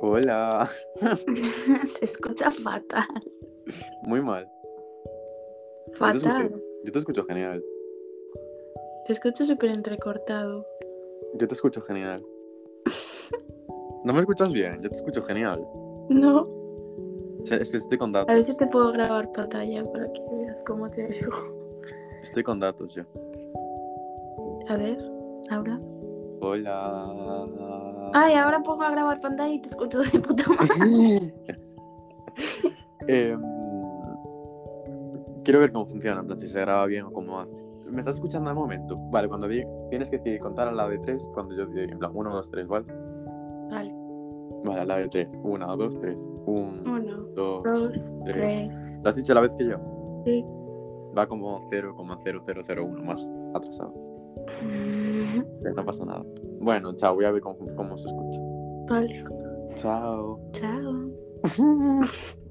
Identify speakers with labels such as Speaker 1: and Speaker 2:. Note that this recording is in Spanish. Speaker 1: Hola.
Speaker 2: Se escucha fatal.
Speaker 1: Muy mal. Yo te,
Speaker 2: Fatal.
Speaker 1: escucho, yo te escucho genial.
Speaker 2: Te escucho súper entrecortado.
Speaker 1: Yo te escucho genial. No me escuchas bien. Yo te escucho genial.
Speaker 2: No.
Speaker 1: Se- Es que estoy con
Speaker 2: A
Speaker 1: datos.
Speaker 2: ver si te puedo grabar pantalla para que veas cómo te veo.
Speaker 1: Estoy con datos yo.
Speaker 2: A ver, ahora.
Speaker 1: Hola.
Speaker 2: Ay, ahora pongo a grabar pantalla y te escucho de puta madre.
Speaker 1: Em, quiero ver cómo funciona, en plan, si se graba bien o cómo hace. ¿Me estás escuchando al momento? Vale, cuando di, tienes que decir- contar a la de tres, cuando yo diga, en plan, uno, dos, tres, ¿vale?
Speaker 2: Vale.
Speaker 1: Vale, a la de tres. Una, dos, tres. Un,
Speaker 2: Uno,
Speaker 1: dos.
Speaker 2: dos,
Speaker 1: Tres.
Speaker 2: tres.
Speaker 1: ¿Lo has dicho a la vez que yo?
Speaker 2: Sí.
Speaker 1: Va como 0,0001 más atrasado.
Speaker 2: Mm,
Speaker 1: No pasa nada. Bueno, chao, voy a ver cómo, cómo se escucha.
Speaker 2: Vale.
Speaker 1: Chao.
Speaker 2: Chao.